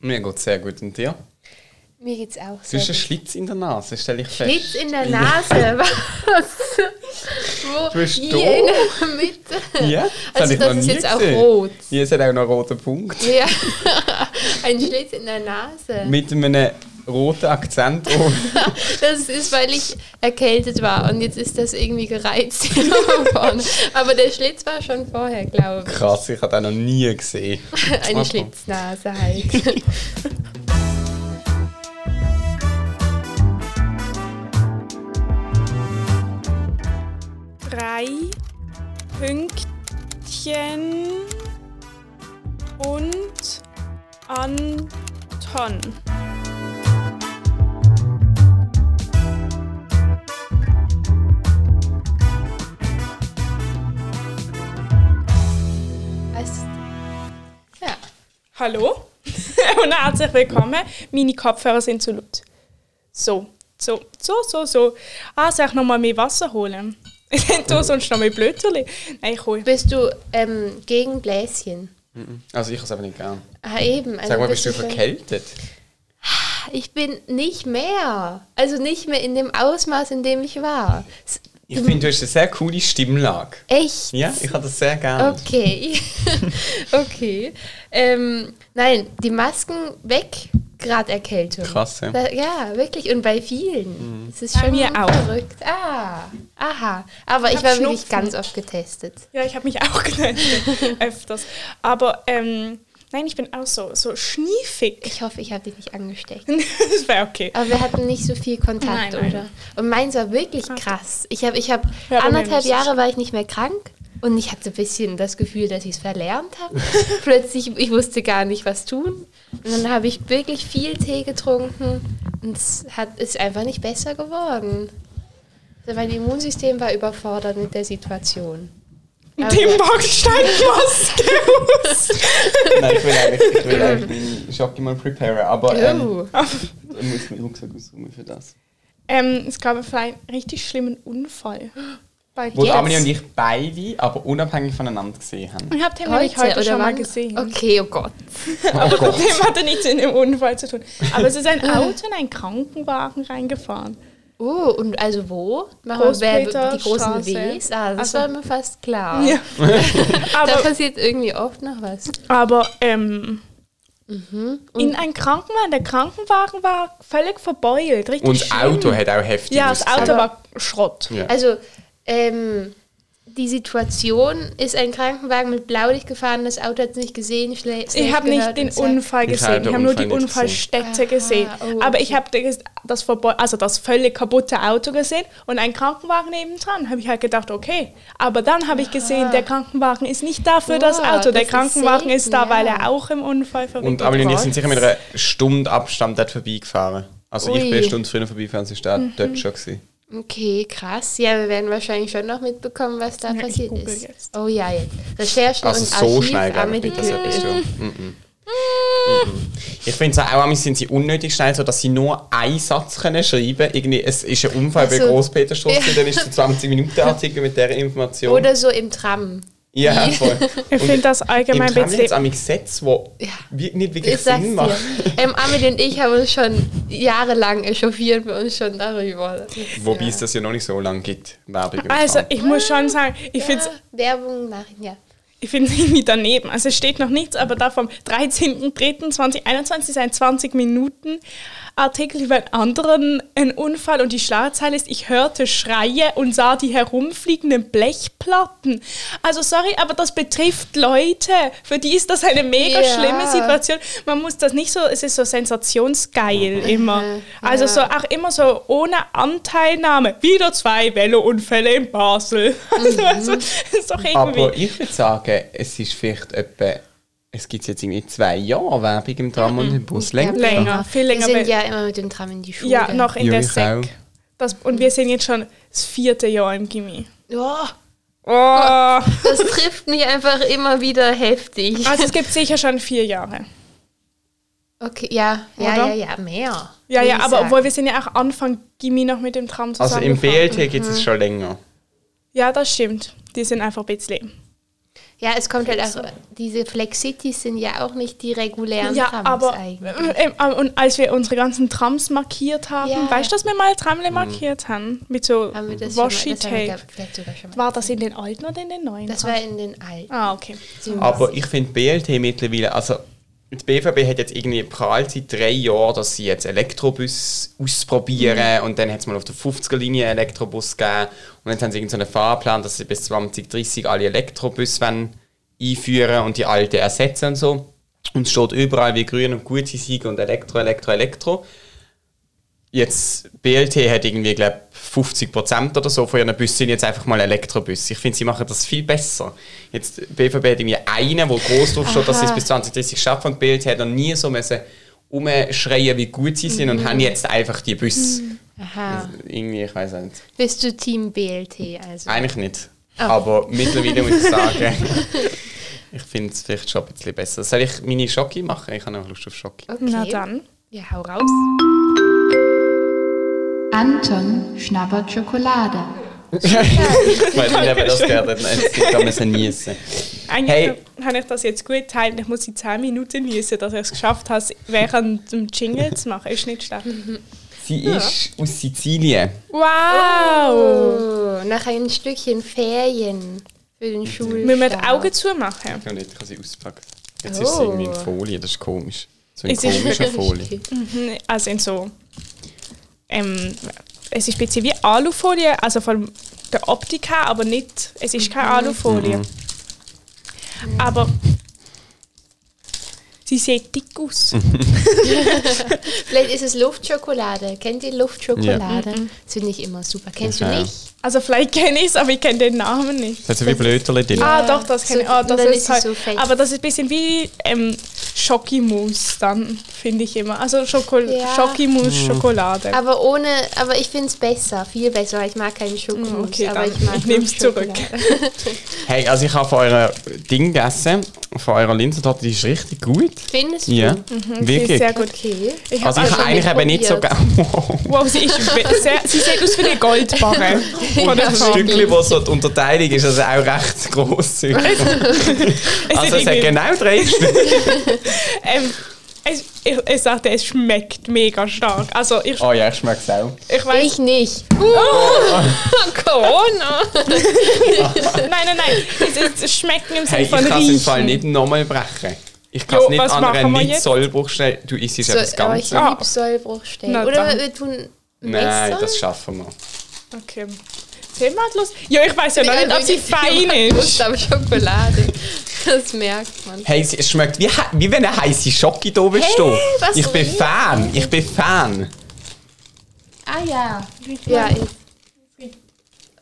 Mir geht es sehr gut und dir? Mir geht's Du auch sehr hast einen gut. Schlitz in der Nase, stelle ich fest. Schlitz in der Nase, was? Wo? Du bist Hier in der Mitte. Ja, das hab Also ich noch das ist nie jetzt auch gesehen. rot. Hier ist auch noch einen roten Punkt. Ja, ein Schlitz in der Nase. Mit einem roten Akzent Oh, oben. Das ist, weil ich erkältet war und jetzt ist das irgendwie gereizt. hier vorne. Aber der Schlitz war schon vorher, glaube ich. Krass, ich habe das noch nie gesehen. Eine Aber- Schlitznase halt. drei Pünktchen und Anton. Also, ja. Hallo und herzlich willkommen. Meine Kopfhörer sind zu laut. So, so, so, so, so. Ah, soll ich nochmal mehr Wasser holen? Ich hätte sonst noch mehr Blöterli. Nein, ich hole. Bist du ähm, gegen Bläschen? Also ich habe es aber nicht gern. Ah, eben. Also Sag mal, bist du schon- verkältet? Ich bin nicht mehr. Also nicht mehr in dem Ausmaß, in dem ich war. S- Ich finde, du hast eine sehr coole Stimmlage. Echt? Ja, ich habe das sehr gern. Oh. Okay. okay. Ähm, nein, die Masken weg, gerade Erkältung. Krass, ja. Mhm. Da, ja, wirklich. Und bei vielen. Es ist Bei schon mir auch. verrückt. Ah, aha. Aber ich, hab war wirklich Schnupfen. ganz oft getestet. Ja, ich habe mich auch genetzt. öfters. Aber ähm, nein, ich bin auch so, so schniefig. Ich hoffe, ich habe dich nicht angesteckt. das wäre okay. Aber wir hatten nicht so viel Kontakt, Nein, nein. oder? Und meins war wirklich krass. Ich habe, ich habe Ja, bei mir anderthalb nicht. Jahre war ich nicht mehr krank und ich hatte ein bisschen das Gefühl, dass ich es verlernt habe. Plötzlich, ich wusste gar nicht, was tun. Und dann habe ich wirklich viel Tee getrunken und es hat, ist einfach nicht besser geworden. Also mein Immunsystem war überfordert mit der Situation. Aber- Dem Backsteinmaske aus. Nein, ich will eigentlich, ich will eigentlich meinen Schocki mal preparen, aber ähm, Oh. ich muss mir Rucksack aussuchen für das. Ähm, es gab einen richtig schlimmen Unfall. Bei Wo Jetzt. Amelie und ich beide, aber unabhängig voneinander gesehen haben. Ich habe den nämlich Heute, heute oder schon mal wann? gesehen. Okay, oh Gott. Oh Mit Gott. Dem hatte nichts in dem Unfall zu tun. Aber es ist ein Auto in einen Krankenwagen reingefahren. Oh, und also wo? Machen wir wer- die großen Großpeterstraße. Ws? Ah, das Also- war mir fast klar. Ja. Da aber passiert irgendwie oft noch was. aber ähm, Mhm. Und- in einen Krankenwagen. Der Krankenwagen war völlig verbeult. Richtig Und das schlimm. Auto hat auch heftig Ja, das ausgesehen. Auto war Schrott. Ja. Also, ähm, die Situation ist ein Krankenwagen mit Blaulicht gefahren, das Auto hat es nicht gesehen. Schle Ich habe nicht den Unfall Ich gesehen, habe ich den habe nur Unfall die nicht Unfallstätte gesehen. gesehen. Aha, oh, Aber ich okay. habe das, das, verbo- also das völlig kaputte Auto gesehen und einen Krankenwagen nebendran. Habe ich halt gedacht, okay. Aber dann habe ich gesehen, der Krankenwagen ist nicht da für das Wow, Auto. Der das ist Krankenwagen selten, ist, da, weil ja. er auch im Unfall verwickelt Und Amelie und ich sind Gott. sicher mit einer Stunde Abstand dort vorbeigefahren. Also ich bin eine Ui. Stunde früher vorbeigefahren, sie war dort schon. Gewesen. Okay, krass. Ja, wir werden wahrscheinlich schon noch mitbekommen, was da Ja, ich passiert google ist. jetzt. Oh ja, jetzt. Recherchen Also und so Archiv, schnell glaube ich Amelie nicht, dass Köhler. etwas tun. Mm -mm. Ich finde es auch, manchmal sind sie unnötig schnell, so dass sie nur einen Satz können schreiben können. Irgendwie, es ist ein Unfall bei Also- Großpeterstraße, Ja. dann ist es ein 20-Minuten-Artikel mit dieser Information. Oder so im Tram. ja, voll. Ich finde das allgemein Im ein Tram bisschen. jetzt am Gesetz, wo Ja. wir- nicht wirklich Ich sag's Sinn dir. macht. Ähm, Amelie und ich haben uns schon jahrelang echauffiert wir uns schon darüber. Wobei es das ja noch nicht so lange gibt, Werbung. im Also Tram. ich muss Ah, schon sagen, ich finde es Werbung machen, ja. ich find's irgendwie daneben. Also es steht noch nichts, aber da vom 13.03.2021 ist ein 20-Minuten-Artikel über einen anderen einen Unfall und die Schlagzeile ist, ich hörte Schreie und sah die herumfliegenden Blechplatten. Also sorry, aber das betrifft Leute. Für die ist das eine mega Ja. schlimme Situation. Man muss das nicht so, es ist so sensationsgeil immer. Also so auch immer so ohne Anteilnahme. Wieder zwei Velounfälle in Basel. Also, also ist doch irgendwie... Aber ich würde sagen, es ist vielleicht etwa, es gibt jetzt irgendwie zwei Jahre Werbung im Tram und im Bus. Länger. Ja, Mhm. Länger, genau. viel länger Wir mit- sind ja immer mit dem Tram in die Schule. Ja, noch in Ja, der ich auch. Sek. Das, und wir sind jetzt schon das vierte Jahr im Gimmi. Oh, Oh. das trifft mich einfach immer wieder heftig. Also es gibt sicher schon vier Jahre. Okay, ja, ja, Oder? ja, ja, mehr. Ja, würde ja, ich aber sagen. obwohl wir sind ja auch Anfang Gimmi noch mit dem Tram Also zusammengefahren. im BLT gibt es schon länger. Ja, das stimmt. Die sind einfach ein bisschen. Ja, es kommt halt auch, diese Flexities sind ja auch nicht die regulären Ja, Trams aber eigentlich. ähm, ähm, und als wir unsere ganzen Trams markiert haben, Ja. weißt du, dass wir mal Tramle Mhm. markiert haben? Mit so Haben wir das schon mal- das haben wir, Washi-Tape. glaub ich, vielleicht sogar schon mal. War das in den alten oder in den neuen? Das war in den Alten. ah, okay. Aber ich finde BLT mittlerweile, also die BVB hat jetzt irgendwie prahlt seit drei Jahren, dass sie jetzt Elektrobus ausprobieren und dann hat es mal auf der 50er-Linie einen Elektrobus gegeben und jetzt haben sie irgendeinen Fahrplan, dass sie bis 2030 alle Elektrobusse wollen einführen und die alten ersetzen und so. Und es steht überall, wie grün und gut sie sind und Elektro, Elektro, Elektro. Jetzt, BLT hat irgendwie, glaube 50% oder so von ihren Bussen sind jetzt einfach mal Elektrobüsse. Ich finde, sie machen das viel besser. Jetzt, BVB hat irgendwie einen, wo groß drauf steht, dass sie es bis 2030 schaffen und BLT hat noch nie so müssen umschreien, wie gut sie sind und haben jetzt einfach die Busse. Aha. Irgendwie, ich weiß nicht. Bist du Team BLT also? Eigentlich nicht. Aber mittlerweile muss ich sagen, ich finde es vielleicht schon ein bisschen besser. Soll ich meine Schocke machen? Ich habe auch Lust auf Schocke. Okay. Na dann. Ja, hau raus. Anton schnabbert Schokolade. Weil ich habe das gehört, habe, es gibt da müssen niesen. Eigentlich Hey. habe ich das jetzt gut geteilt. Ich muss in 10 Minuten müssen, dass ich es geschafft habe, während dem Jingle zu machen. Ist nicht schlecht. Sie ist aus Sizilien. Wow! Oh, nach ein Stückchen Ferien für den Schulstart. Müssen wir die Augen zumachen? Und jetzt kann sie auspacken. Jetzt ist sie Oh. irgendwie in Folie, das ist komisch. So in Es ist- komischer Folie. Mhm, Also in so. Ähm, es ist ein bisschen wie Alufolie, also von der Optik her, aber nicht. Es ist keine Alufolie. Aber. Sie sieht dick aus. Vielleicht ist es Luftschokolade. Kennt ihr Luftschokolade? Das finde ich immer super. Kennst du Mhm. Ja. nicht? Also vielleicht kenne ich es, aber ich kenne den Namen nicht. Das hat so wie Blöterli drin. Ah, doch, das kenne ich. So- Ah, und das dann ist ist es halt, so fest. aber das ist ein bisschen wie ähm, Schokimus dann, finde ich immer. Also Schokol Ja. Schokimus Hm. Schokolade. Aber ohne, aber ich finde es besser, viel besser, weil ich mag keinen Schokomus. Mm, okay, aber dann- ich nehm's zurück. Luftschokolade. Hey, also ich habe von eurer Ding gegessen, von eurer Linsentorte, die ist richtig gut. Findest du? Ja, Mhm, Sie ist wirklich. sehr gut. Okay. Ich Also hab ich auch habe schon- eigentlich eben nicht so probiert. gerne... wow, sie, ist we- sehr, sie sieht aus wie eine Goldbarre. Von der Das Form. Stückchen, wo so die Unterteilung ist, also auch recht groß. Es Also ist es hat irgendwie- genau drei Stück. ähm, es, ich, ich sagte, es schmeckt mega stark. Also ich, Oh ja, ich schmecke es auch. ich weiß. Ich Oh, nicht. Oh Corona! nein, nein, nein. Es, ist- es schmeckt im Sinne Hey, ich von kann es im riechen. Fall nicht nochmal brechen. Ich kann Jo, es nicht was machen anderen wir nicht jetzt? Sollbruch stellen. Du isst jetzt So, das aber ich Ganze. Ah. liebe Sollbruchstellen. Na Oder dann. wir tun Messer. Nein, das schaffen wir. Okay. Sehen wir halt los? Ja, ich weiß ja noch nicht, ob sie fein ist. Lust auf Schokolade. Das merkt man. Hey, es es schmeckt wie, he- wie wenn eine heiße Schocke da oben steht. was Ich bin riecht? Fan, ich bin Fan. Ah ja. Ja, ich.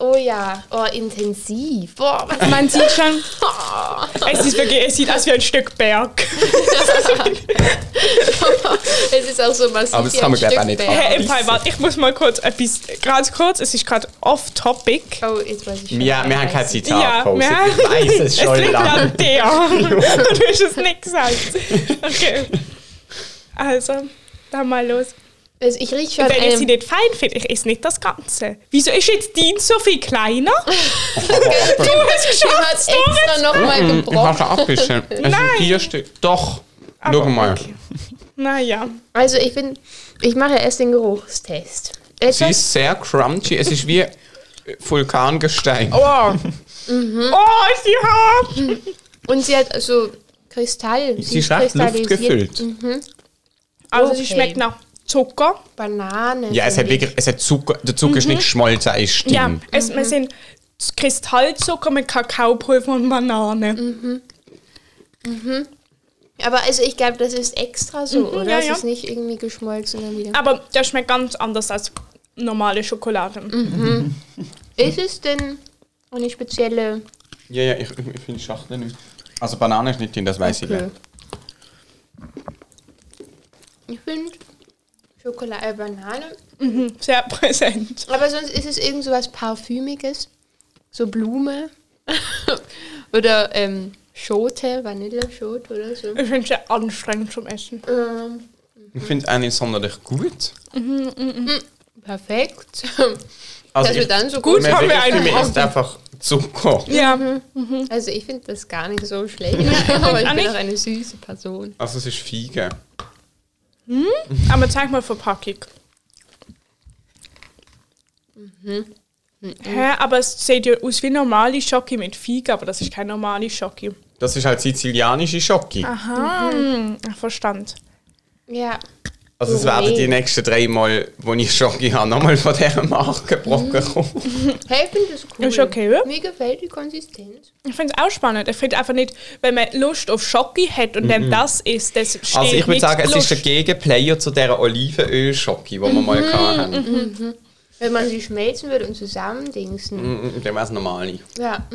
Oh ja, oh, intensiv. Boah, was Man sieht schon, oh, es, ist wirklich, es sieht aus wie ein Stück Berg. Es ist auch so massiv. Aber das wie kann man, ein glaub Ah, ich, auch Stück nicht Bett. ab- Hey, im Fall, warte, ich muss mal kurz etwas, ganz kurz, es ist gerade off-topic. Oh, jetzt weiß ich schon. Ja, wir wer haben weiß keine es. Zitat wir- gepostet. Ich weiss es Es schon liegt lange. an dir. du hast es nicht gesagt. Okay. Also, dann mal los. Also ich rieche schon Wenn ich sie einen nicht fein finde, ich esse nicht das Ganze. Wieso ist jetzt dein so viel kleiner? Du hast hat geschafft, extra nochmal gebrochen. Mm, schon abgeschnitten. Es Nein. Stück. Doch. Aber okay. Naja. Also ich bin, ich mache erst den Geruchstest. Etwas, Sie ist sehr crunchy. Es ist wie Vulkangestein. Oh. Oh, ist die hart. und sie hat so Kristall. Sie ist recht kristallisiert. luftgefüllt. Also, sie Okay. schmeckt nach Zucker. Banane. Ja, es hat finde ich. wirklich, es hat Zucker, der Zucker ist nicht geschmolzen, er ist Stein. Ja, es, wir sind Kristallzucker mit Kakaopulver und Banane. Aber also ich glaube, das ist extra so, Mhm, oder? ja, es ja. ist nicht irgendwie geschmolzen dann wieder. Aber der schmeckt ganz anders als normale Schokolade. Ist es denn eine spezielle. Ja, ja, ich, ich finde Schachtel nicht. Also Banane ist nicht drin, das weiß ich Okay. Ich finde Schokolade, äh, Banane. Mhm. Sehr präsent. Aber sonst ist es irgend so was Parfümiges. So Blume. oder ähm, Schote, Vanilleschote oder so. Ich finde es sehr anstrengend zum Essen. Ähm, Ich finde es auch nicht sonderlich gut. Perfekt. Also Dass wir dann so Gut, ich gut. meine, haben wir wirklich, einen Für mich ist einfach Zucker. Ja. Also ich finde das gar nicht so schlecht. aber ich auch bin nicht. auch eine süße Person. Also es ist Feige. Aber zeig mal Verpackung. Hä, aber es sieht ja aus wie normale Schocke mit Fiege, aber das ist keine normale Schocke. Das ist halt sizilianische Schocke. Aha, ich verstand. Ja. Also es Oh, werden nee. die nächsten drei Mal, wo ich Schocke habe, nochmal von dieser Mhm. Marke Brocken kommen. Hey, ich finde das cool. Ist okay, oder? Mir gefällt die Konsistenz. Ich finde es auch spannend. Ich finde einfach nicht, wenn man Lust auf Schocke hat und dann das ist, das steht Mhm. Also ich würde nicht sagen, es Lust. ist ein Gegenplayer zu dieser Olivenöl-Schocke, die wir Mhm, mal Mhm, hatten. Wenn man sie schmelzen würde und zusammendingsen. Mhm. Dann wäre es normal. Ja.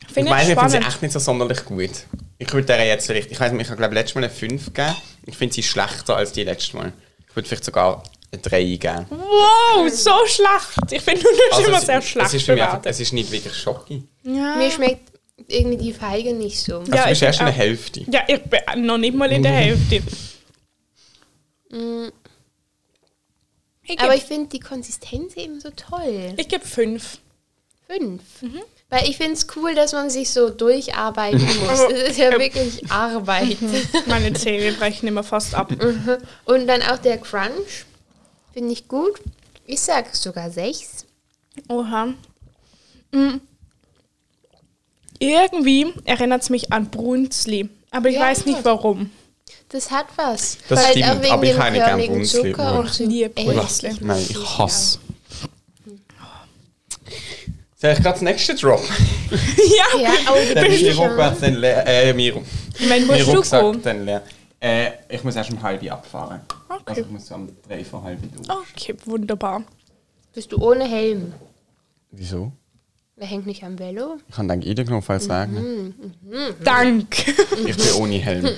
Ich Finde meine, ich finde sie spannend. echt nicht so sonderlich gut. Ich würde der jetzt vielleicht, ich weiß nicht, ich habe glaube letztes Mal eine 5 gegeben. Ich finde sie schlechter als die letzte Mal. Ich würde vielleicht sogar eine 3 geben. Wow, so schlecht. Ich finde nur Also immer es- sehr schlecht. Es ist für mich einfach, bewertet. es ist nicht wirklich Schocke. ja. Mir schmeckt irgendwie die Feige nicht so. Also Ja, du bist ich- erst in der auch. Hälfte. ja, ich bin noch nicht mal in Mhm. der Hälfte. Ich Mm. Aber gebe ich finde die Konsistenz eben so toll. ich geb fünf. Fünf. Weil ich finde es cool, dass man sich so durcharbeiten muss. Es ist ja Ja. wirklich Arbeit. Meine Zähne brechen immer fast ab. Mhm. Und dann auch der Crunch. Finde ich gut. Ich sag sogar sechs. Oha. Mm. Irgendwie erinnert es mich an Brunzli. Aber ich Ja. weiß nicht warum. Das hat was. Das Halt stimmt, auch wegen aber ich dem habe nicht gern körnigen Bunzli. Zucker und Ich so. liebe Echt? Was? Brunzli. Nein, ich hasse. Soll ich gerade den nächsten Drop? ja, Ja, oh, Dann ist mein bestimmt. Rucksack dann leer. Äh, mein, Ru- ich meine, mein musst du Rucksack gehen? dann leer. Äh, ich muss erst um halb abfahren. Okay. Also ich muss um drei vor halb durch. Okay, wunderbar. Bist du ohne Helm? Wieso? Der hängt nicht am Velo. Ich kann denke, jeder genommen, falls Mhm. sagen. Dank. Ich bin ohne Helm.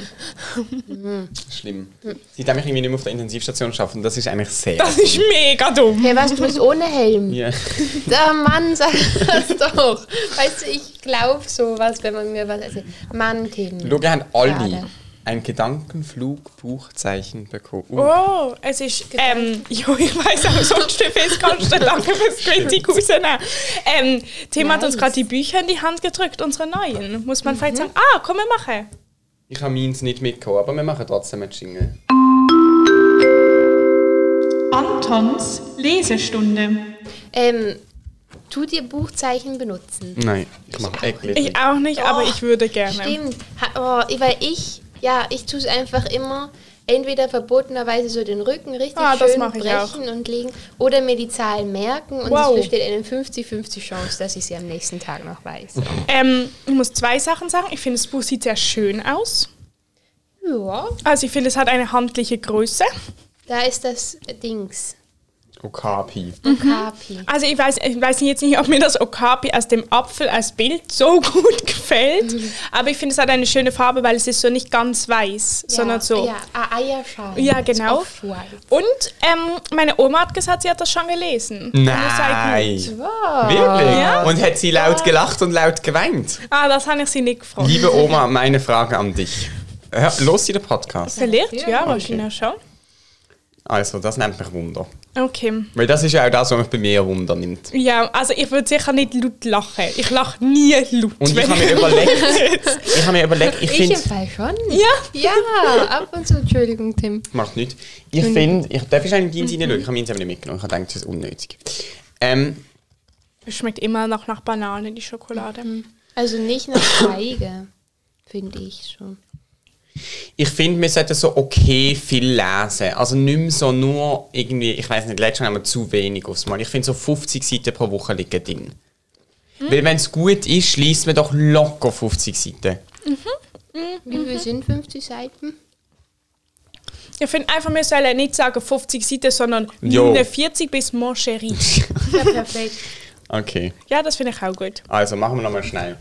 Schlimm. Mhm. Seitdem ich irgendwie nicht mehr auf der Intensivstation arbeite, und das ist eigentlich sehr. Das ist mega dumm. Hey, was, du bist ohne Helm? Ja. Der Mann sagt das doch. Weißt du, ich glaube sowas, wenn man mir was erzählt. Mann, Tim. Schau, wir haben alle Schade. ein Gedankenflug-Buchzeichen bekommen. Uh, Oh, es ist. Ähm, jo, ich weiß auch, sonst fest kannst du lange fürs Kritik rausnehmen. Ähm, Tim hat uns Nice. gerade die Bücher in die Hand gedrückt, unsere neuen. Muss man vielleicht sagen, ah, komm, wir machen. Ich habe meins nicht mitgekommen, aber wir machen trotzdem einen Jingle. Antons Lesestunde. Ähm, tut ihr Buchzeichen benutzen? Nein, ich mache Ecklitter. Ich auch nicht, aber ich würde gerne. Stimmt. Ha, oh, weil ich, ja, ich tue es einfach immer entweder verbotenerweise so den Rücken richtig Ah, das schön mach ich brechen und legen oder mir die Zahlen merken und Wow. es besteht eine 50-50 Chance, dass ich sie am nächsten Tag noch weiß. Ähm, ich muss zwei Sachen sagen. Ich finde, das Buch sieht sehr schön aus. ja, Also ich finde, es hat eine handliche Größe. da ist das Dings. Okapi. Kapi. Also ich weiß, ich weiß jetzt nicht, ob mir das Okapi aus dem Apfel als Bild so gut gefällt. Mhm. Aber ich finde, es hat eine schöne Farbe, weil es ist so nicht ganz weiß, sondern so. Ja, ah, Eierschalen. Ja, genau. Das Off-White. Und ähm, meine Oma hat gesagt, sie hat das schon gelesen. Und das sag ich nicht. Nein! Wirklich? Ja. Und hat sie laut gelacht und laut geweint? Ah, das habe ich sie nicht gefragt. Liebe Oma, meine Frage an dich. Hör, los sie den Podcast. Vielleicht, ja, wahrscheinlich schon. Also, das nennt mich Wunder. Okay. Weil das ist ja auch das, was mich bei mir Wunder nimmt. Ja, also ich würde sicher nicht laut lachen. Ich lache nie laut. Und ich wenn habe mir überlegt, ich habe mir überlegt, ich Ich, ich finde, im Fall schon. ja, Ja, ab und zu. Entschuldigung, Tim. macht nichts. Ich finde, ich darf ich eigentlich Mhm. in deinen Ich habe ihn aber nicht mitgenommen. Ich habe gedacht, das ist unnötig. Ähm, Es schmeckt immer noch nach Banane, die Schokolade. Also nicht nach Feige, finde ich schon. ich finde, wir sollten so okay viel lesen. Also nicht mehr so nur irgendwie, ich weiß nicht, letztes Mal haben wir zu wenig aufs Mal. Ich finde, so 50 Seiten pro Woche liegen drin. Weil wenn es gut ist, schließt man doch locker 50 Seiten. Wie viel sind 50 Seiten? Ich finde einfach, wir sollen nicht sagen 50 Seiten, sondern Jo. 49 bis Mon Chéri. Ja, perfekt. Okay. ja, das finde ich auch gut. Also machen wir nochmal schnell.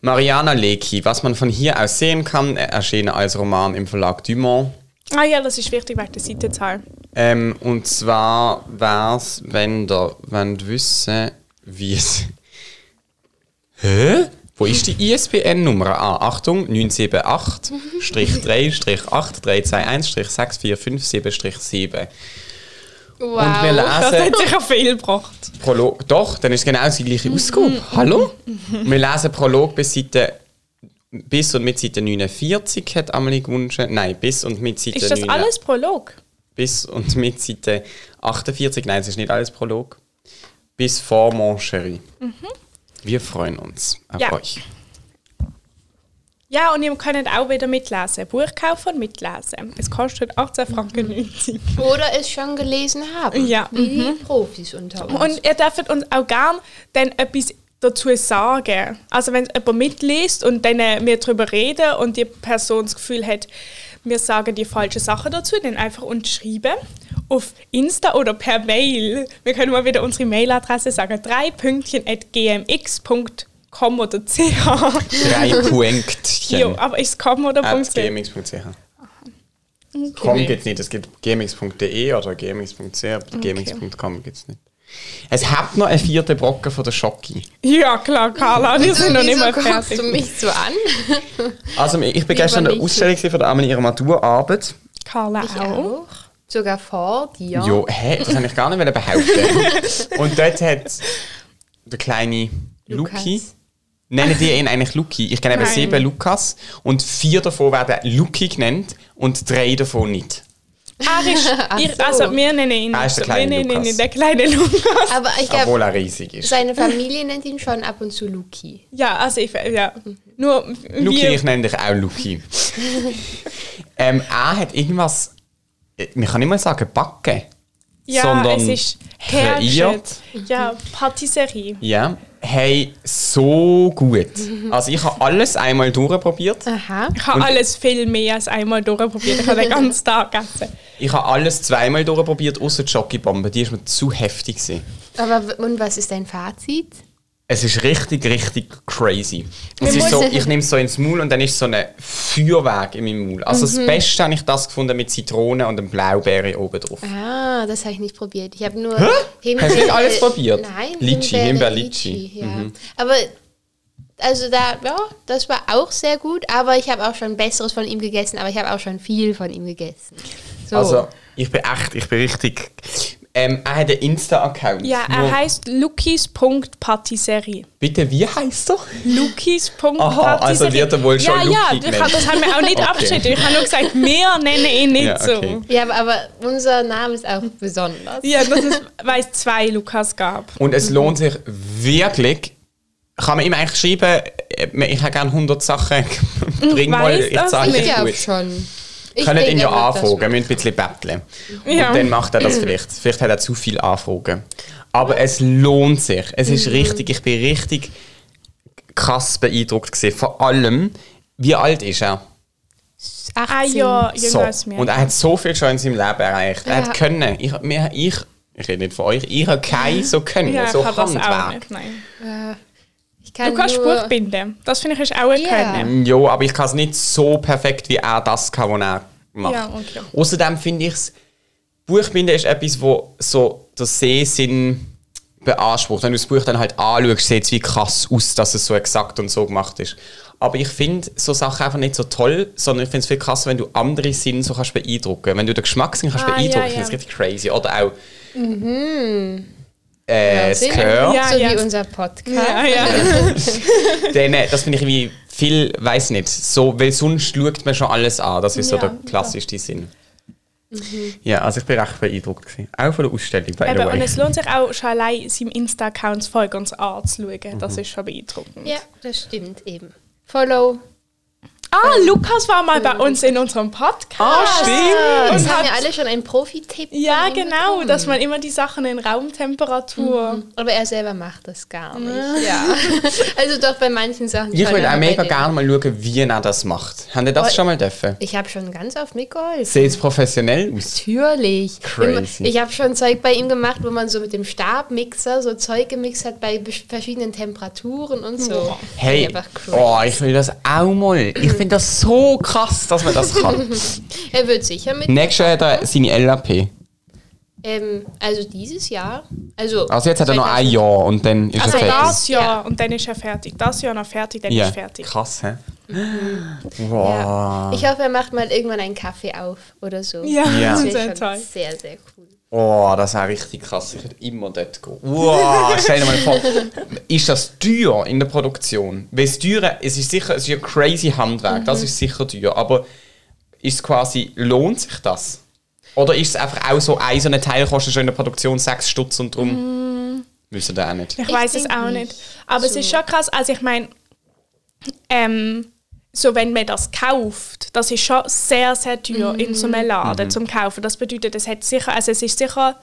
Mariana Lecki, was man von hier aus sehen kann, äh, erschien als Roman im Verlag Dumont. Ah ja, das ist wichtig wegen der Seitenzahl. Ähm, und zwar wär's, wenn ihr wollt wissen, wie es. Hä? Wo ist die ISBN-Nummer an? Ah, Achtung, 978-3-8321-645-7. Wow. Und wir Das lesen hat sicher viel gebracht. Prolog. Doch, dann ist genau die Mhm. gleiche Ausgabe. Hallo? Wir lesen Prolog bis Seite. Bis und mit Seite 49 hat Amelie gewünscht. Nein, bis und mit Seite Ist das 9 alles Prolog? Bis und mit Seite 48. Nein, es ist nicht alles Prolog. Bis vor Mon Chéri. Wir freuen uns auf Mhm. Ja. euch. Ja, und ihr könnt auch wieder mitlesen. Buch kaufen und mitlesen. Es kostet 18 Franken 90. Oder es schon gelesen haben. Ja. Wie die Profis unter uns. Und ihr dürft uns auch gern dann etwas dazu sagen. Also wenn jemand mitliest und dann äh, wir darüber reden und die Person das Gefühl hat, wir sagen die falschen Sachen dazu, dann einfach uns schreiben auf Insta oder per Mail. Wir können mal wieder unsere Mailadresse sagen. drei Pünktchen at gmx.com oder ch. Drei Punktchen. jo, aber ist com oder at Punkt C? gmx.ch. Com gibt es nicht, es gibt gmx.de oder gmx.ch, aber gmx.com gibt es nicht. Es hat noch einen vierten Brocken von der Schocki. Ja, klar, Carla, wir sind noch nicht mal Wieso guckst fertig. du mich so an? Also ich bin gestern an der nicht. Ausstellung gewesen von der Amelie ihrer Maturarbeit. Carla Ich auch. auch. Sogar vor dir. Jo, hä, das habe ich gar nicht wollen behaupten. Und dort hat der kleine Lukas. Luki, nennen die ihn eigentlich Luki. Ich kenne eben Nein. sieben Lukas und vier davon werden Luki genannt und drei davon nicht. Ah, ist, ihr, so. also wir nennen ihn Ah, ist der so. kleine wir nennen Lukas. ihn der kleine Lukas. Aber ich Obwohl glaube, er riesig ist. seine Familie nennt ihn schon ab und zu Luki. Ja, also ich, ja. Nur Luki, wir, ich nenne dich auch Luki. ähm, er hat irgendwas, äh, man kann nicht mal sagen backen, ja, sondern es ist kreiert. hergestellt. Ja, Patisserie. Ja, hey, so gut. Also ich habe alles einmal durchprobiert. Aha. Ich habe Und- alles viel mehr als einmal durchprobiert. Ich habe den ganzen Tag gegessen. Ich habe alles zweimal durchprobiert, außer die Schokibombe. Die war mir zu heftig. Gewesen. Aber w- und was ist dein Fazit? Es ist richtig, richtig crazy. Und Es Wir ist so, müssen- ich nehme es so ins Maul und dann ist so ein Feuerwerk in meinem Maul. Also Mhm. das Beste habe ich das gefunden mit Zitrone und einem Blaubeere oben drauf. Oh. Ah, das habe ich nicht probiert. Ich habe nur. Hä? Himbeere- Hast du nicht alles probiert? Nein. Litchi, Himbeere, Himbeer, Litchi. Mhm. Ja. Aber, also da, ja, das war auch sehr gut, aber ich habe auch schon Besseres von ihm gegessen, aber ich habe auch schon viel von ihm gegessen. So. Also ich bin echt, ich bin richtig... Ähm, er hat einen Insta-Account. Ja, er Nur- heisst Lukis.patisserie. Bitte, wie heißt er? Lukis.patisserie. Aha, also wird er wohl schon Ja, ja, Luki ich hab- das haben wir auch nicht Okay. abgeschnitten. Ich habe nur gesagt, wir nennen ihn nicht Ja, okay. so. Ja, aber- aber unser Name ist auch besonders. Ja, das ist, weil es zwei Lukas gab. Und es lohnt sich wirklich. Kann man ihm eigentlich schreiben, äh, ich habe gerne 100 Sachen, bring mal, Weiss ich das zeige Ich dir glaube gut. schon. Ich Können ihn denke, ja er wird das anfragen, wir müssen ein bisschen betteln. Ja. Und dann macht er das vielleicht. Vielleicht hat er zu viel Anfragen. Aber es lohnt sich. Es ist Mhm. richtig, ich bin richtig krass beeindruckt gewesen. Vor allem, wie alt ist er? Ein Jahr jünger So. als mir. Und er hat so viel schon in seinem Leben erreicht. Er Ja. hat können. Ich, mir, ich, ich rede nicht von euch, ich habe kein so können, ja, so ich kann das auch Handwerk. nicht. Nein. Ich kann Du kannst nur- Spruch binden. Das finde ich ist auch ein Also- Ja. Können. Ähm, Jo, aber ich kann es nicht so perfekt, wie er das kann, was er macht. Ja, okay. Außerdem finde ich es, Buchbinden ist etwas, wo so der Sehsinn beansprucht. Wenn du das Buch dann halt anschaust, sieht es wie krass aus, dass es so exakt und so gemacht ist. Aber ich finde so Sachen einfach nicht so toll, sondern ich finde es viel krasser, wenn du andere Sinne so kannst beeindrucken. Wenn du den Geschmackssinn kannst Ah, ja, beeindrucken, ich ja. Mhm. finde es richtig crazy. Oder auch äh, das Sinn. Gehör. Ja, So ja. wie unser Podcast. Ja, ja. Dann, äh, das finde ich irgendwie viel, weiß nicht, so, weil sonst schaut man schon alles an. Das ist Ja, Mhm. so der klassischste Sinn. Ja, also ich bin recht beeindruckt. Gewesen. Auch von der Ausstellung, by the Eben, und es way. lohnt sich auch schon allein seinem Insta-Account zu folgen und es anzuschauen. Mhm. Das ist schon beeindruckend. Ja, das stimmt eben. Follow. Ah, Lukas war mal bei uns in unserem Podcast. Ah, stimmt! Das Ah, Und haben Oh. ja hat- alle schon einen Profi-Tipp. von ja, ihm genau, bekommen. dass man immer die Sachen in Raumtemperatur. Aber er selber macht das gar nicht. Ja. also doch bei manchen Sachen. Ich schon, würde auch aber bei mega den- gerne mal schauen, wie er das macht. Haben ihr das Oh, Voll. schon mal dürfen? Ich habe schon ganz oft mitgeholfen. Sieht es professionell aus? Natürlich. Crazy. Ich habe schon Zeug bei ihm gemacht, wo man so mit dem Stabmixer so Zeug gemixt hat bei besch- verschiedenen Temperaturen und so. Hey, Einfach crazy. oh, ich will das auch mal. Ich finde das so krass, dass man das kann. Ne- Er wird sicher mit. Nächstes Jahr hat er seine LAP. Ähm, also dieses Jahr. Also, Also jetzt hat er noch ein Jahr und dann ist Also er fertig. das Jahr Ja. und dann ist er fertig. Das Jahr noch fertig, dann Ja. ist er fertig. Mhm. Krass, hä? Ja. Wow. Ich hoffe, er macht mal irgendwann einen Kaffee auf oder so. Ja, Ja. Das das ist wäre sehr schon toll. sehr, sehr cool. Oh, das wäre richtig krass. Ich würde immer dort gehen. Wow, stell dir mal vor, ist das teuer in der Produktion? Weil das Teure, es ist sicher, es ist ja crazy Handwerk, das ist sicher teuer, aber ist es quasi, lohnt sich das? Oder ist es einfach auch so, ein so ein Teil kostet schon in der Produktion 6 Stutz und drum müssen da auch nicht. Ich weiß es denk auch nicht. nicht. Aber es ist schon krass. Also ich meine, ähm, so wenn man das kauft, das ist schon sehr, sehr teuer in so einem Laden zum Kaufen. Das bedeutet, es hat sicher, also es ist sicher,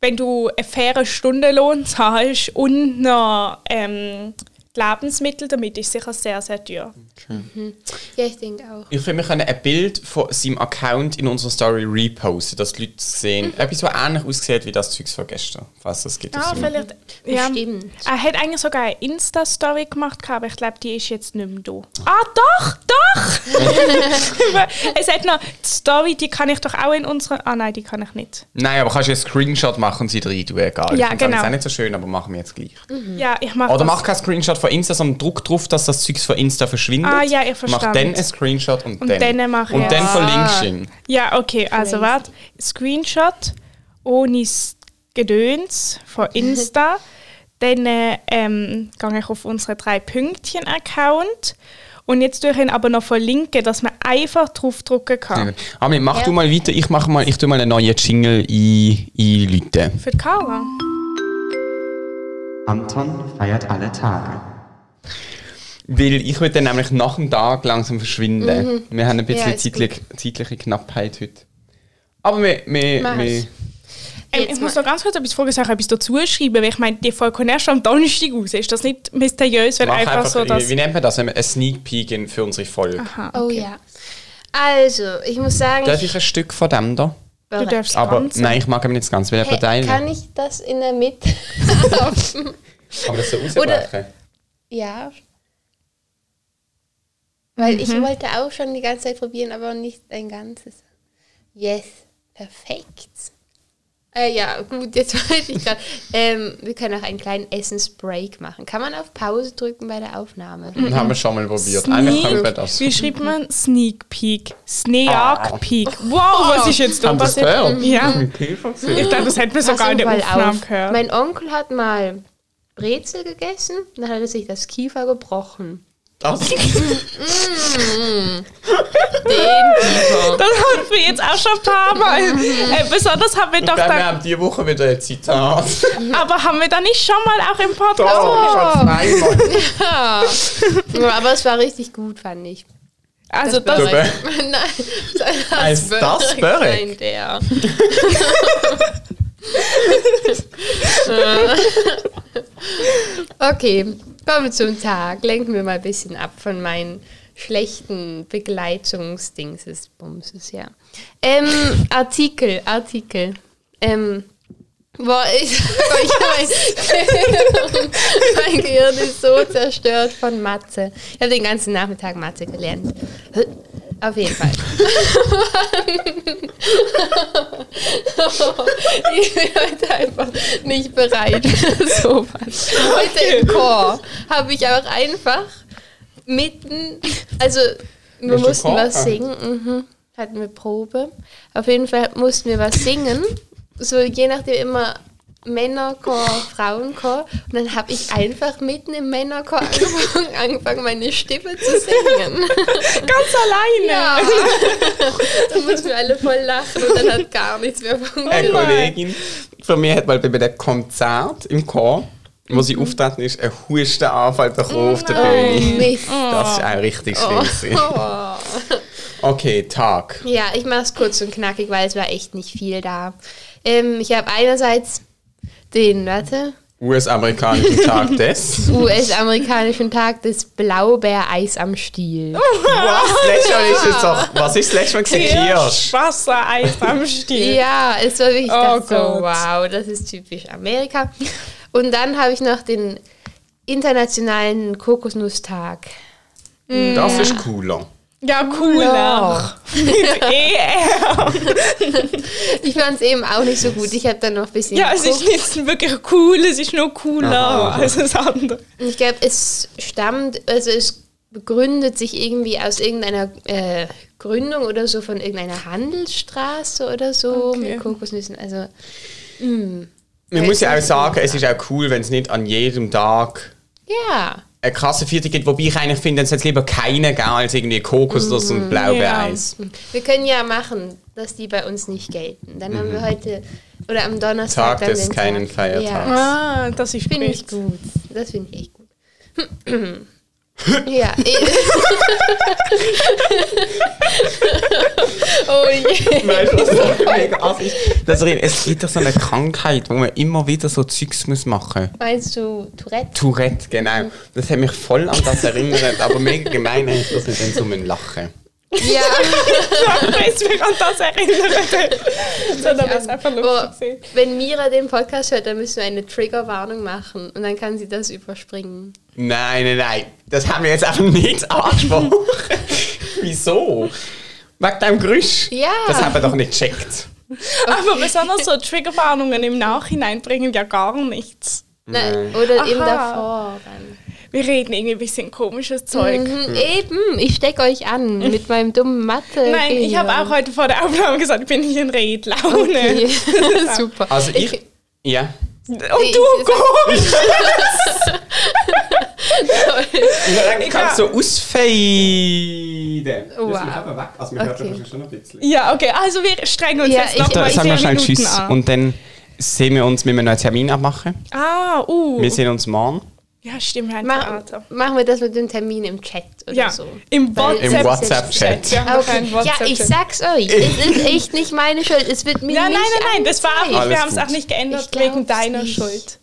wenn du einen fairen Stundenlohn zahlst und noch ähm, die Lebensmittel damit, ist sicher sehr, sehr teuer. Ja, ich denke auch. Ich finde, wir können ein Bild von seinem Account in unserer Story reposten, dass die Leute sehen. Etwas, was ähnlich aussieht wie das Zeugs von gestern, falls das gibt. Ah, auf seinem- vielleicht. Ja. Bestimmt. Er hat eigentlich sogar eine Insta-Story gemacht, gehabt, aber ich glaube, die ist jetzt nicht mehr da. Ah, doch, doch! es hat noch die Story, die kann ich doch auch in unserer. Ah, nein, die kann ich nicht. Nein, aber kannst du einen Screenshot machen und sie rein tun, egal. Ja, ich find's genau. Mhm. auch nicht so schön, aber machen wir jetzt gleich. Ja, ich mache. Oder mach keinen Screenshot von Insta, sondern druck drauf, dass das Zeugs von Insta verschwindet. Ah, ja, ich verstand. Mach dann einen Screenshot und, Und dann. dann mach ich- Und dann Ah. verlinkst du ihn. Ja, okay, also Crazy. warte. Screenshot ohne S- Gedöns von Insta. Dann äh, ähm, gehe ich auf unseren drei Pünktchen-Account. Und jetzt tue ich ihn aber noch verlinken, dass man einfach draufdrücken kann. Amelie, mach Ja. du mal weiter. Ich mach mal, ich tu mal einen neuen Jingle ein, einläuten. Für die Cara. Anton feiert alle Tage. Weil ich würde dann nämlich nach dem Tag langsam Mhm. verschwinden. Wir haben ein bisschen Ja, ist zeitlich, zeitliche Knappheit heute. Aber wir, wir, Mach's. wir Ähm, Jetzt ich muss mal. noch ganz kurz etwas fragen, soll ich etwas dazu schreiben? Weil ich meine, die Folge kommt erst am Donnerstag raus. Ist das nicht mysteriös, wenn mach einfach, so wie, das... wie nennt man das? Ein Sneak Peek in- für unsere Folge. Oh ja. Also, ich muss sagen, Darf ich ein Stück von dem da? Du darfst Aber ganz- nein, ich mag ihn nicht Äh, ganz, weil er Hä, verteilt. kann ich das in der Mitte? Aber das so rausbrechen? ja. Weil ich Mhm. wollte auch schon die ganze Zeit probieren, aber nicht ein ganzes. Yes, perfekt. Äh, ja, gut, jetzt wollte ich gerade. Ähm, wir können auch einen kleinen Essensbreak machen. Kann man auf Pause drücken bei der Aufnahme? Mhm. Dann haben wir schon mal probiert. Eigentlich können wir Sneak, das. Ah. wie schreibt man Sneak Peek? Sneak Peek. Wow, was ist jetzt da Haben das passiert? gehört? Ja, Ein Käfer gesehen. ich glaube, das hätten wir sogar Pass in der mal Aufnahme Also, auf. gehört. Mein Onkel hat mal Brezel gegessen, dann hat er sich das Kiefer gebrochen. Das das hatten wir jetzt auch schon ein paar Mal. äh, besonders haben wir doch dann, wir dann... haben diese Woche wieder ein Zitat. Aber haben wir da nicht schon mal auch im Podcast... schon zweimal. Ah. Ja, aber es war richtig gut, fand ich. Also Das das... Börek. Nein, das Heißt Börek, das Börek? Nein, der. okay, kommen wir zum Tag. Lenken wir mal ein bisschen ab von meinen schlechten Begleitungsdingses, Bumses, ja. Ähm, Artikel, Artikel. Ähm, boah, ich, ich mein, mein Gehirn ist so zerstört von Mathe. Ich habe den ganzen Nachmittag Mathe gelernt. Auf jeden Fall. ich bin heute einfach nicht bereit für sowas. Heute im Chor habe ich auch einfach mitten, also wir Hast du mussten Chor was gehabt? singen, mhm. hatten wir Probe. Auf jeden Fall mussten wir was singen, so je nachdem immer Männerchor, Frauenchor. Und dann habe ich einfach mitten im Männerchor angefangen, angefangen meine Stimme zu singen. Ganz alleine. Ja. da mussten wir alle voll lachen und dann hat gar nichts mehr Äh. Eine funktioniert. Kollegin von mir hat mal bei einem Konzert im Chor, wo sie auftreten ist, einen Hustenanfall bekommen auf der Bühne. Mist. Das ist auch richtig schlimm. gewesen. Okay, Tag. Ja, ich mache es kurz und knackig, weil es war echt nicht viel da. Ähm, ich habe einerseits den, warte, US-amerikanischen Tag des. US-amerikanischen Tag des Blaubeereis am Stiel. Oh. Was? Letztes Mal ist es doch. Was ist das letzte Mal gewesen? Kirsch. Wasser, Eis am Stiel. Ja, es war wirklich Oh dachte so, Gott. wow, das ist typisch Amerika. Und dann habe ich noch den internationalen Kokosnusstag. Das ist cooler. Ja, cooler. Mit E ER. Ich fand es eben auch nicht so gut. Ich habe dann noch ein bisschen Ja, also es ist geguckt. nicht wirklich cool, es ist nur cooler als das andere. Und Ich glaube, es stammt, also es begründet sich irgendwie aus irgendeiner äh, Gründung oder so von irgendeiner Handelsstraße oder so Okay. mit Kokosnüssen. Also Man muss ja auch sagen, es ist auch cool, wenn es nicht an jedem Tag ja, eine krasse Vierte gibt, wobei ich eigentlich finde, es jetzt lieber keine geben als irgendwie Kokosnuss und Blaubeereis. wir können ja machen, dass die bei uns nicht gelten. Dann haben wir heute oder am Donnerstag Mhm. Tag dann des den keinen Tag. Feiertags. Ja, Ah, das ist finde ich gut. gut. Das finde ich echt gut. ja. eh. oh je. Weißt du, was so mega assi ist? Dass er- Es gibt doch so eine Krankheit, wo man immer wieder so Zeugs muss machen muss. Meinst du Tourette? Tourette, genau. Das hat mich voll an das erinnert, aber mega gemein ist das nicht, wenn so ein Lachen. Ja. Ich mich an das erinnert. Sondern es einfach Boah, lustig gesehen. wenn Mira den Podcast hört, dann müssen wir eine Triggerwarnung machen und dann kann sie das überspringen. Nein, nein, nein. Das haben wir jetzt einfach nicht angesprochen. Wieso? Wegen dem Geräusch? Ja. Das haben wir doch nicht gecheckt. Aber besonders so Triggerwarnungen im Nachhinein bringen ja gar nichts. Nein. Oder eben Aha. davor. Dann. Wir reden irgendwie ein bisschen komisches Zeug. Hm. Mhm, eben, ich stecke euch an mit meinem dummen Mathe. Nein, ich habe auch heute vor der Aufnahme gesagt, bin ich in Redlaune. Okay. Super. Also ich... ja. Und Ich- du komisch. Ich kann ich Ja. es so ausfaden. Wow. weg. Also man Okay. wahrscheinlich schon ein bisschen. Ja, okay, also wir strengen uns Ja, jetzt ich- noch Da mal Dann Aber ich sagen wir zehn schnell Minuten Tschüss an. und dann sehen wir uns, müssen wir noch einen Termin abmachen. ah, Oh. uh. Wir sehen uns morgen. Ja, stimmt, wir haben Mach, Theater. machen wir das mit dem Termin im Chat oder Ah, Ja, so. im Weil- Im WhatsApp-Chat. Wir haben noch Okay. einen Ja, WhatsApp-Chat. ich sag's euch. Es ist echt nicht meine Schuld. Es wird mir Ja, nein, nicht nein, nein, das war auch nicht. Alles Wir haben es gut. auch nicht Ich geändert glaub's wegen deiner nicht. Schuld.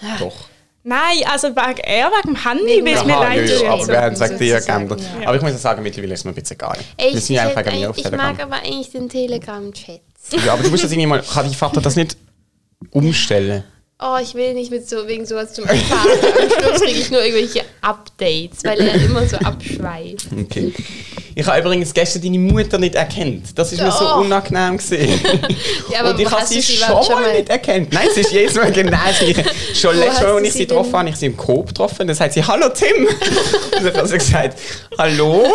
Ah. Doch. Nein, also wegen er, wegen dem Handy, Wegen weil es Aha, mir ja, leid ja, aber tut. wir haben es wegen dir sozusagen, geändert. ja. Aber ich muss ja sagen, mittlerweile ist es mir ein bisschen egal. Ey, wir sind ja einfach hätte wegen mir auf eigentlich- ich mag Telegram. aber eigentlich den Telegram-Chat. Ja, aber du musst das irgendwie mal... Kann die Vater das nicht umstellen? Oh, ich will nicht mit so wegen sowas zu meinem Vater. Am Schluss kriege ich nur irgendwelche Updates, weil er immer so abschweift. Okay. Ich habe übrigens gestern deine Mutter nicht erkannt. Das ist mir so Oh. unangenehm gewesen. Ja, aber Und ich wo habe hast sie du sie schon, überhaupt schon mal mal- nicht erkannt. Nein, es ist jedes Mal genau das gleiche. Schon Wo letztes hast Mal, als du ich sie sie denn- getroffen habe, habe ich sie im Coop getroffen. Dann sagt sie, hallo Tim. Und dann hat sie gesagt, hallo.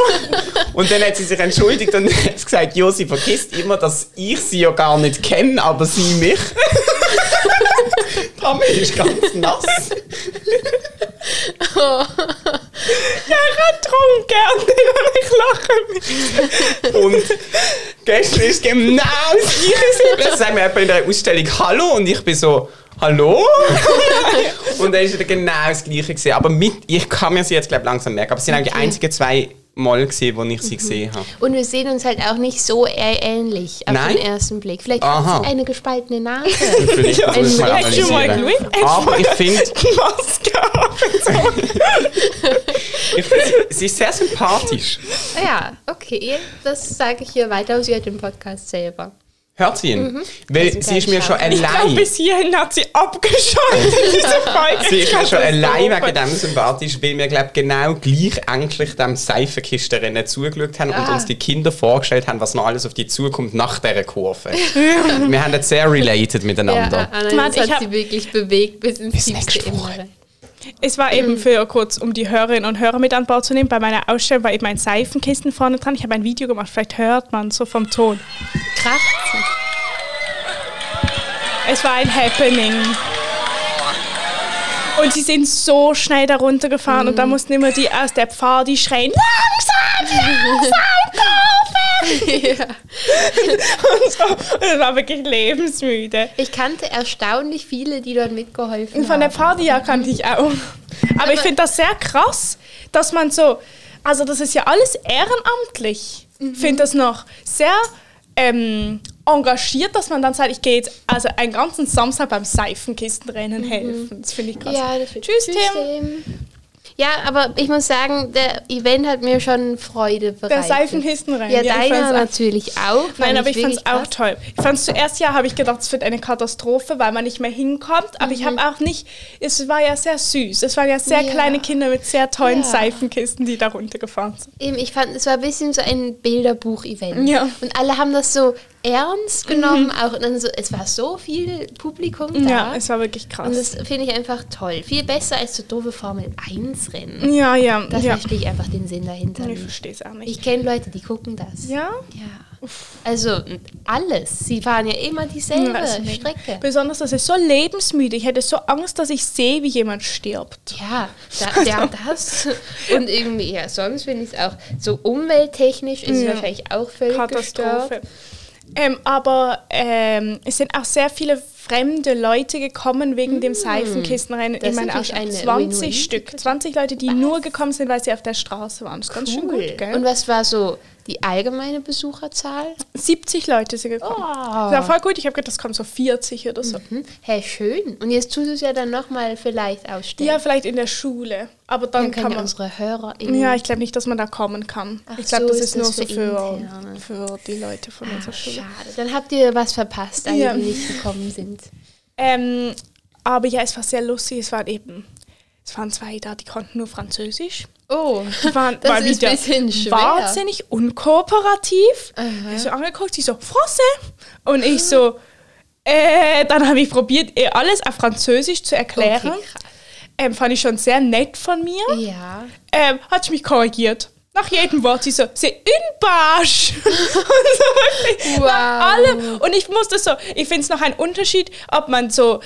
Und dann hat sie sich entschuldigt und hat sie gesagt, jo, sie vergisst immer, dass ich sie ja gar nicht kenne, aber sie mich. Die Mami ist ganz nass. Ich habe getrunken und ich lache mich. Und gestern ist genau das gleiche. Dann sagen wir in der Ausstellung Hallo und ich bin so Hallo. und dann ist wieder genau das gleiche. Gewesen. Aber mit, ich kann mir sie jetzt glaub, langsam merken. Aber es sind eigentlich die einzigen zwei Mal, gewesen, wo Mhm. ich sie gesehen habe. Und wir sehen uns halt auch nicht so eher ähnlich auf Nein. den ersten Blick. Vielleicht Aha. hat sie eine gespaltene Nase. Natürlich, das muss man Hast du mal analysieren. geschaut? Aber ich finde, Maske auf. ich find, sie ist sehr sympathisch. ja, okay. Das sage ich hier weiter, aber sie hat den Podcast selber. Hört sie ihn? Mhm. Weil ist sie ist mir ganz schon schade. allein. Ich glaube, bis hierhin hat sie abgeschaltet, diese Folge. Sie ist mir schon allein Katastrophe. wegen dem sympathisch, weil wir glaub, genau gleich ängstlich dem Seifenkistenrennen zugeschaut haben und uns die Kinder vorgestellt haben, was noch alles auf die zukommt nach dieser Kurve. wir haben jetzt sehr related Ja, miteinander. Anna, das Mann, ich hat hab- sie wirklich bewegt bis ins tiefste nächste Woche. Innere. Es war eben für kurz, um die Hörerinnen und Hörer mit an Bord zu nehmen. Bei meiner Ausstellung war eben ein Seifenkissen vorne dran. Ich habe ein Video gemacht, vielleicht hört man so vom Ton. Kraft. Es war ein Happening. Und sie sind so schnell da runtergefahren und da mussten immer die aus der Pfad die schreien. ja. Und so. Und es war wirklich lebensmüde. Ich kannte erstaunlich viele, die dort mitgeholfen Und von der haben. Party ja kannte ich auch. Aber, ich finde das sehr krass, dass man so, also das ist ja alles ehrenamtlich. Ich finde das noch sehr ähm, engagiert, dass man dann sagt, ich gehe jetzt also einen ganzen Samstag beim Seifenkistenrennen helfen. Mhm. Das finde ich krass. Ja, das wird- Tschüss, Tim. Tim. Ja, aber ich muss sagen, der Event hat mir schon Freude Der bereitet. Seifenkissen rein. Ja, ich deiner fand's auch- natürlich auch. Nein, fand aber ich fand es wirklich auch krass. toll. Ich fand es zuerst ja, habe ich gedacht, es wird eine Katastrophe, weil man nicht mehr hinkommt. Aber ich habe auch nicht, es war ja sehr süß. Es waren ja sehr Mhm. Ja. kleine Kinder mit sehr tollen Ja. Seifenkisten, die da runtergefahren sind. Eben, ich fand, es war ein bisschen so ein Bilderbuch-Event. Ja. Mhm. Und alle haben das so ernst genommen. Auch und dann so, es war so viel Publikum da. Ja, es war wirklich und krass. das finde ich einfach toll. Viel besser als so doofe Formel-1-Rennen. Ja, ja, Da ja. verstehe ich einfach den Sinn dahinter Ich nicht. verstehe es auch nicht. Ich kenne Leute, die gucken das. Ja? Ja. Also alles. Sie fahren ja immer dieselbe Ja, also ist mega. Strecke. Besonders, das ist so lebensmüde. Ich hätte so Angst, dass ich sehe, wie jemand stirbt. Ja, da, ja, das. Und irgendwie, ja, sonst finde ich es auch so umwelttechnisch ist es Ja. wahrscheinlich auch völlig gestört. Katastrophe. Ähm, aber ähm, es sind auch sehr viele fremde Leute gekommen wegen dem Seifenkistenrennen. Mm. Das Ich meine, ist auch natürlich schon eine 20 Win-Win-Situation. Stück. 20 Leute, die nur gekommen sind, weil sie auf der Straße waren. Das ist ganz schön gut, gell? Und was war so die allgemeine Besucherzahl? 70 Leute sind gekommen. Ah. Das war voll gut. Ich habe gedacht, das kommen so 40 oder so. Hm? Hey, schön. Und jetzt tust du es ja dann nochmal vielleicht ausstellen. Ja, vielleicht in der Schule. Aber dann, dann kann können man... unsere Hörer Ja, ich glaube nicht, dass man da kommen kann. Ach, ich glaube, so das ist ist, nur das so für für, interne. Ah, für die Leute von unserer Schule. Schade. Dann habt ihr was verpasst, alle, Ja. die nicht gekommen sind. Ähm, aber ja, es war sehr lustig. Es waren eben, es waren zwei da, die konnten nur Französisch. Oh, Die waren das mal ist wieder ein bisschen schwer. wahnsinnig unkooperativ. Ich so angeguckt, sie so, Français. Und ich so, äh, dann habe ich probiert, ihr alles auf Französisch zu erklären. Okay, krass. ähm, fand ich schon sehr nett von mir. Ja. ähm, hat sie mich korrigiert. Nach jedem Wort, sie so, c'est une page. und so wirklich nach Wow. allem. Und ich musste so, ich finde es noch ein Unterschied, ob man so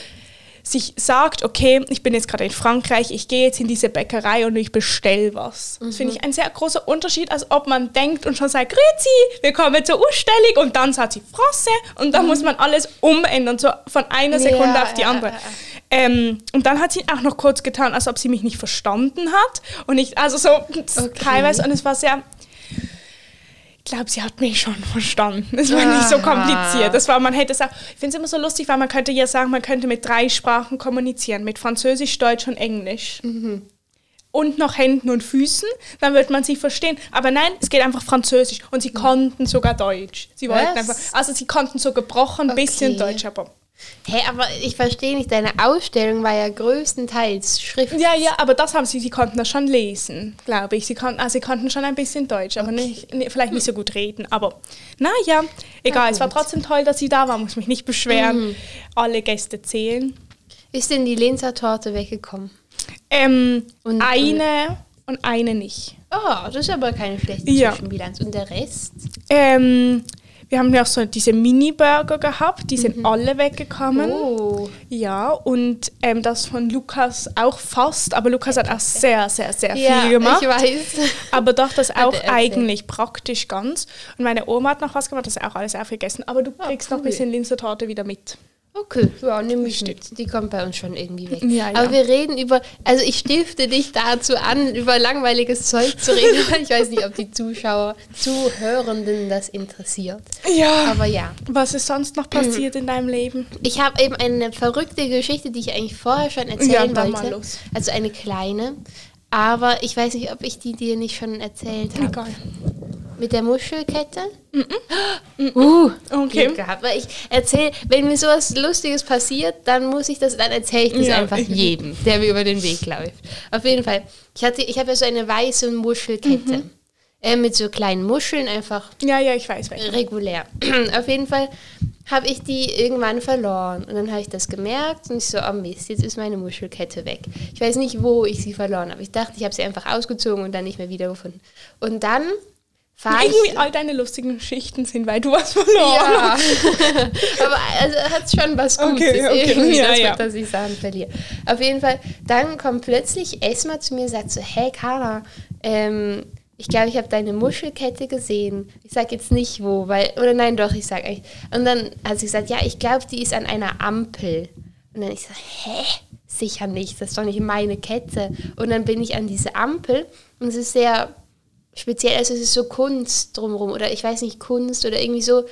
sich sagt, okay, ich bin jetzt gerade in Frankreich, ich gehe jetzt in diese Bäckerei und ich bestelle was. Das Mhm. finde ich ein sehr großer Unterschied, als ob man denkt und schon sagt, Grüezi, wir kommen zur Ausstellung und dann sagt sie Frosse und dann muss man alles umändern, so von einer Sekunde Mhm. Ja, auf die ja, andere. ja, ja. Ähm, und dann hat sie auch noch kurz getan, als ob sie mich nicht verstanden hat. Und ich, also so teilweise, und es war sehr. Ich glaube, sie hat mich schon verstanden. Es war nicht so Aha. kompliziert. Das war, man hätte es auch. Ich finde es immer so lustig, weil man könnte ja sagen, man könnte mit drei Sprachen kommunizieren: mit Französisch, Deutsch und Englisch. Mhm. Und noch Händen und Füßen, dann wird man sie verstehen. Aber nein, es geht einfach Französisch. Und sie konnten sogar Deutsch. Sie wollten Was? einfach. Also sie konnten so gebrochen ein bisschen Okay. Deutsch, aber Hä, aber ich verstehe nicht, deine Ausstellung war ja größtenteils Schrift. Ja, ja, aber das haben sie, sie konnten das schon lesen, glaube ich. Sie konnten, also sie konnten schon ein bisschen Deutsch, aber nicht, ne, vielleicht nicht so Hm. gut reden. Aber naja, egal, es war trotzdem toll, dass sie da war, muss mich nicht beschweren. Mhm. Alle Gäste zählen. Ist denn die Linzer Torte weggekommen? Ähm, Und- äh, eine und eine nicht. Oh, das ist aber keine schlechte Ja. Zwischenbilanz. Und der Rest? Ähm, wir haben ja auch so diese Mini-Burger gehabt, die sind alle weggekommen. Mhm. Oh, Ja, und ähm, das von Lukas auch fast, aber Lukas hat auch sehr, sehr, sehr ja, viel gemacht. ich weiß. Aber doch, das er auch erzählt. eigentlich praktisch ganz. Und meine Oma hat noch was gemacht, das ist auch alles aufgegessen. Aber du kriegst noch ein Ah, cool. bisschen Linzertorte wieder mit. Okay, ja, nehme ich mit. Die kommt bei uns schon irgendwie weg. Ja, ja. Aber wir reden über, also ich stifte dich dazu an, über langweiliges Zeug zu reden. weil ich weiß nicht, ob die Zuschauer, Zuhörenden das interessiert. Ja. Aber ja. Mhm. Was ist sonst noch passiert in deinem Leben? Ich habe eben eine verrückte Geschichte, die ich eigentlich vorher schon Ja, erzählen dann mal wollte. los. Also eine kleine. Aber ich weiß nicht, ob ich die dir nicht schon erzählt habe. Egal. Mit der Muschelkette? Uh, Okay. Glück gehabt. Weil ich erzähle, wenn mir sowas Lustiges passiert, dann muss ich das, dann erzähle ich das Ja. einfach jedem, der mir über den Weg läuft. Auf jeden Fall. Ich hatte, ich habe ja so eine weiße Muschelkette. Mhm. Äh, mit so kleinen Muscheln einfach Ja, ja, ich weiß welche. regulär. Auf jeden Fall habe ich die irgendwann verloren. Und dann habe ich das gemerkt und ich so, oh Mist, jetzt ist meine Muschelkette weg. Ich weiß nicht, wo ich sie verloren habe. Ich dachte, ich habe sie einfach ausgezogen und dann nicht mehr wiedergefunden. Und dann fahre ich... Irgendwie all deine lustigen Geschichten sind, weil du was verloren hast. Ja. Aber also hat schon was Gutes. Okay, okay. Irgendwie, Ja, dass, man- ja. dass ich Sachen verliere. Auf jeden Fall, dann kommt plötzlich Esma zu mir und sagt so, hey Cara, ähm, ich glaube, ich habe deine Muschelkette gesehen. Ich sage jetzt nicht wo, weil, oder nein, doch, ich sage eigentlich. Und dann hat sie gesagt, ja, ich glaube, die ist an einer Ampel. Und dann ich so, hä? Sicher nicht, das ist doch nicht meine Kette. Und dann bin ich an diese Ampel und es ist sehr speziell, also es ist so Kunst drumherum oder ich weiß nicht, Kunst oder irgendwie so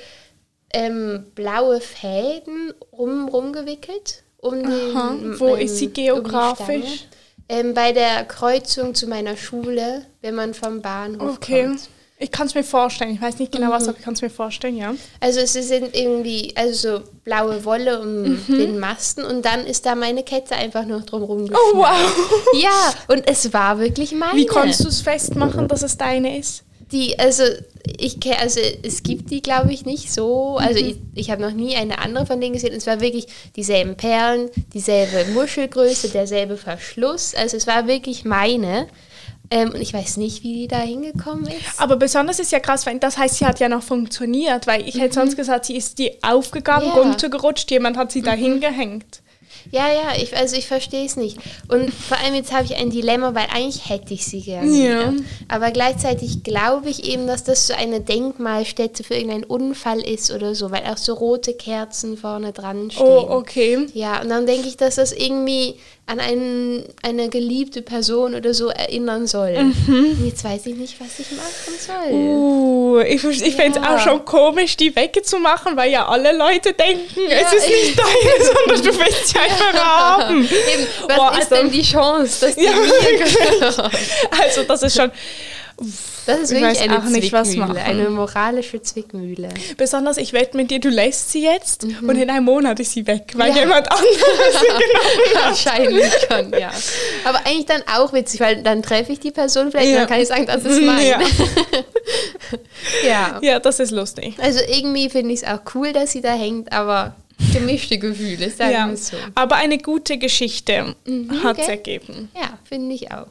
ähm, blaue Fäden rum, rumgewickelt. Um den, Wo ähm, ist sie um die Stange. geografisch? ähm, bei der Kreuzung zu meiner Schule, wenn man vom Bahnhof Okay. kommt. Ich kann es mir vorstellen. Ich weiß nicht genau Mhm. was, aber ich kann es mir vorstellen, ja. Also es sind irgendwie also so blaue Wolle Mhm. um den Masten und dann ist da meine Kette einfach noch drum rumgeschnitten. Oh, wow. Ja, und es war wirklich meine. Wie konntest du es festmachen, dass es deine ist? Die, also ich ke- also es gibt die, glaube ich, nicht so. Also Mhm. ich, ich habe noch nie eine andere von denen gesehen. Es war wirklich dieselben Perlen, dieselbe Muschelgröße, derselbe Verschluss. Also es war wirklich meine. Ähm, und ich weiß nicht, wie die da hingekommen ist. Aber besonders ist ja krass, weil das heißt, sie hat ja noch funktioniert, weil ich hätte sonst gesagt, sie ist die aufgegangen, Mhm. Ja. Mhm. runtergerutscht, jemand hat sie dahin gehängt. Ja, ja, ich, also ich verstehe es nicht. Und vor allem jetzt habe ich ein Dilemma, weil eigentlich hätte ich sie gerne. Ja. wieder. Aber gleichzeitig glaube ich eben, dass das so eine Denkmalstätte für irgendeinen Unfall ist oder so, weil auch so rote Kerzen vorne dran stehen. Oh, okay. Ja, und dann denke ich, dass das irgendwie an einen, eine geliebte Person oder so erinnern soll. Und jetzt weiß ich nicht, was ich machen soll. Mhm. Uh, ich ver- ich fände es Ja. auch schon komisch, die wegzumachen, weil ja alle Leute denken, es Ja, ist nicht deine, sondern du willst sie einfach haben. Eben, was Boah, ist also- denn die Chance, dass die Ja, mir gehört? Also das ist schon, Das ist Ich wirklich weiß eine auch nicht, was Zwickmühle, machen. eine moralische Zwickmühle. besonders ich wette mit dir, du lässt sie jetzt und in einem Monat ist sie weg, weil Mhm. Ja. jemand anderes sie genommen hat. Wahrscheinlich schon, ja. Aber eigentlich dann auch witzig, weil dann treffe ich die Person vielleicht Ja. und dann kann ich sagen, das ist mein. Ja. Ja. ja. Ja, das ist lustig. Also irgendwie finde ich es auch cool, dass sie da hängt, aber gemischte Gefühle, sagen Ja. wir es so. Mhm, Aber eine gute Geschichte hat es okay. ergeben. Ja, finde ich auch.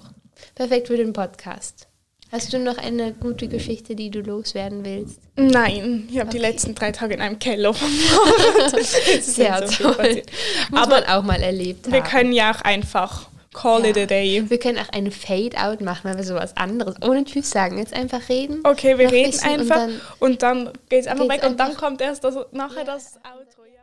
Perfekt für den Podcast. Hast du noch eine gute Geschichte, die du loswerden willst? Nein, ich habe die Okay. letzten drei Tage in einem Keller verbracht. Es ist Sehr nicht so viel toll. passiert. Muss Aber man auch mal erlebt haben. wir können ja auch einfach call it a day. Wir können auch eine Fade-out machen, aber sowas anderes. Ohne Tschüss sagen, jetzt einfach reden. Okay, wir Noch reden bisschen einfach Und dann und dann, geht's einfach geht's weg und dann einfach- kommt erst das, nachher das Outro. Ja.